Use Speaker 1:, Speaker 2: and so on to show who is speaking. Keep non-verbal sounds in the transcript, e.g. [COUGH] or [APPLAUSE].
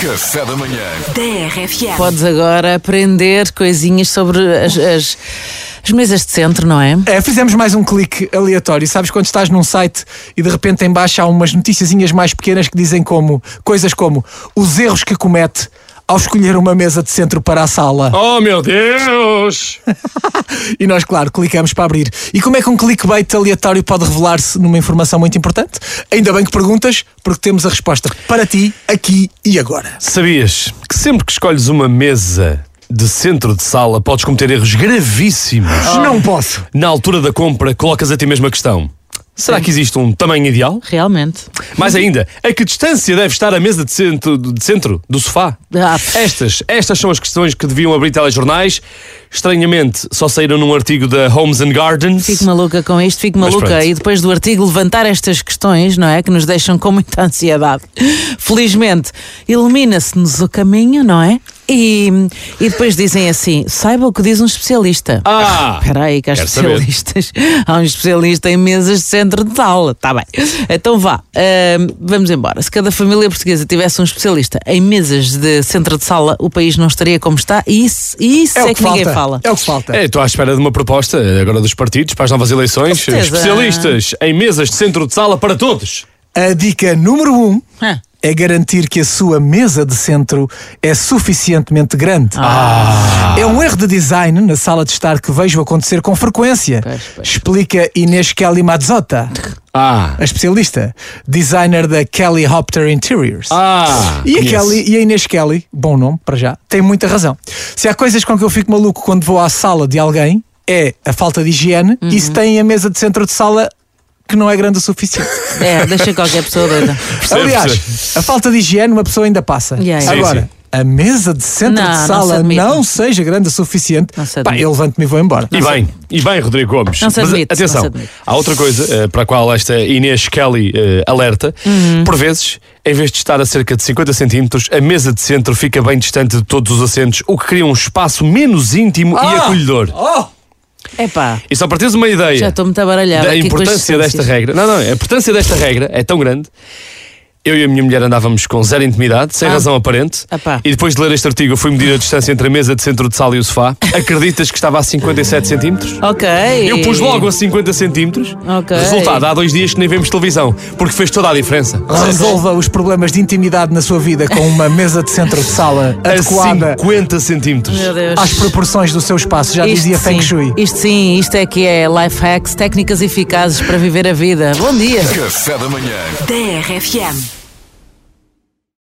Speaker 1: Café da manhã.
Speaker 2: TRFM.
Speaker 3: Podes agora aprender coisinhas sobre as, as- as mesas de centro, não é?
Speaker 4: É, fizemos mais um clique aleatório. Sabes quando estás num site e de repente em baixo há umas noticiazinhas mais pequenas que dizem como coisas como os erros que comete ao escolher uma mesa de centro para a sala.
Speaker 5: Oh meu Deus!
Speaker 4: E nós, claro, clicamos para abrir. E como é que um clickbait aleatório pode revelar-se numa informação muito importante? Ainda bem que perguntas, porque temos a resposta para ti, aqui e agora.
Speaker 5: Sabias que sempre que escolhes uma mesa de centro de sala podes cometer erros gravíssimos.
Speaker 3: Ah.
Speaker 4: Não posso.
Speaker 5: Na altura da compra, colocas a ti mesma a questão. Será que existe um tamanho ideal?
Speaker 3: Realmente.
Speaker 5: Mais ainda, a que distância deve estar a mesa de centro, de centro do sofá?
Speaker 3: Ah, pff.
Speaker 5: Estas, estas são as questões que deviam abrir telejornais. Estranhamente, só saíram num artigo da Homes and Gardens.
Speaker 3: Fico maluca com isto, fico
Speaker 5: Mas
Speaker 3: maluca.
Speaker 5: pronto.
Speaker 3: E depois do artigo levantar estas questões, não é? Que nos deixam com muita ansiedade. Felizmente, ilumina-se-nos o caminho, não é? E, e depois dizem assim: saiba o que diz um especialista.
Speaker 5: Ah!
Speaker 3: Espera aí, que há
Speaker 5: Quero saber.
Speaker 3: especialistas. [LAUGHS] Há um especialista em mesas de centro de aula. Está bem. Então vá, ahm, vamos embora. Se cada família portuguesa tivesse um especialista em mesas de centro de sala, o país não estaria como está e isso, e isso
Speaker 4: É
Speaker 3: é,
Speaker 4: o que,
Speaker 3: que, ninguém
Speaker 4: falta.
Speaker 3: fala.
Speaker 4: É o que falta.
Speaker 5: É, estou à espera de uma proposta eh, agora dos partidos para as novas eleições.
Speaker 3: Com certeza.
Speaker 5: Especialistas em mesas de centro de sala para todos.
Speaker 4: A dica número um
Speaker 3: Hã?
Speaker 4: é garantir que a sua mesa de centro é suficientemente grande.
Speaker 3: Ah.
Speaker 4: É um erro de design na sala de estar que vejo acontecer com frequência,
Speaker 3: Pois, pois.
Speaker 4: explica Inês Kelly Mazzotta,
Speaker 5: Ah.
Speaker 4: a especialista, designer da Kelly Hopter Interiors.
Speaker 5: Ah.
Speaker 4: E a,
Speaker 5: conheço.
Speaker 4: Kelly, e a Inês Kelly, bom nome para já, tem muita razão. Se há coisas com que eu fico maluco quando vou à sala de alguém, é a falta de higiene
Speaker 3: Uhum.
Speaker 4: e se tem a mesa de centro de sala que não é grande o suficiente.
Speaker 3: [LAUGHS] É, deixa qualquer pessoa
Speaker 5: [LAUGHS]
Speaker 3: doida.
Speaker 5: Percebo, percebo.
Speaker 4: Aliás, a falta de higiene uma pessoa ainda passa.
Speaker 3: Yeah, yeah.
Speaker 5: Sim,
Speaker 4: Agora,
Speaker 5: sim.
Speaker 4: a mesa de centro
Speaker 3: Não, não
Speaker 4: de
Speaker 3: se
Speaker 4: sala
Speaker 3: admite.
Speaker 4: não, seja grande o suficiente,
Speaker 3: Não se
Speaker 4: pá,
Speaker 3: admite.
Speaker 4: eu levanto-me e vou embora.
Speaker 5: E bem, e bem, Rodrigo Gomes.
Speaker 3: Não se
Speaker 5: Mas,
Speaker 3: admite,
Speaker 5: atenção,
Speaker 3: não se admite.
Speaker 5: há outra coisa eh, para a qual esta Inês Kelly eh, alerta.
Speaker 3: Uhum.
Speaker 5: Por vezes, em vez de estar a cerca de 50 centímetros, a mesa de centro fica bem distante de todos os assentos, o que cria um espaço menos íntimo e
Speaker 4: Ah!
Speaker 5: acolhedor.
Speaker 4: Oh!
Speaker 3: Epá,
Speaker 5: E só para teres uma ideia.
Speaker 3: já estou muito abaralhada.
Speaker 5: É. da
Speaker 3: aqui com as
Speaker 5: importância desta
Speaker 3: distâncias.
Speaker 5: regra. Não, não, a importância desta regra é tão grande. Eu e a minha mulher andávamos com zero intimidade, sem
Speaker 3: Ah.
Speaker 5: razão aparente.
Speaker 3: Epá.
Speaker 5: E depois de ler este artigo, eu fui medir a distância entre a mesa de centro de sala e o sofá. Acreditas que estava a 57 centímetros?
Speaker 3: Ok.
Speaker 5: Eu pus logo a 50 centímetros.
Speaker 3: Ok.
Speaker 5: Resultado, há dois dias que nem vemos televisão, porque fez toda a diferença.
Speaker 4: Ah, Resolva os problemas de intimidade na sua vida com uma mesa de centro de sala
Speaker 5: [LAUGHS] A
Speaker 4: adequada
Speaker 5: 50 centímetros.
Speaker 3: Meu Deus.
Speaker 4: às proporções do seu espaço. Já dizia
Speaker 3: sim,
Speaker 4: Feng Shui.
Speaker 3: Isto sim, isto é que é life hacks, técnicas eficazes para viver a vida. Bom dia.
Speaker 1: Café da manhã.
Speaker 2: TRFM.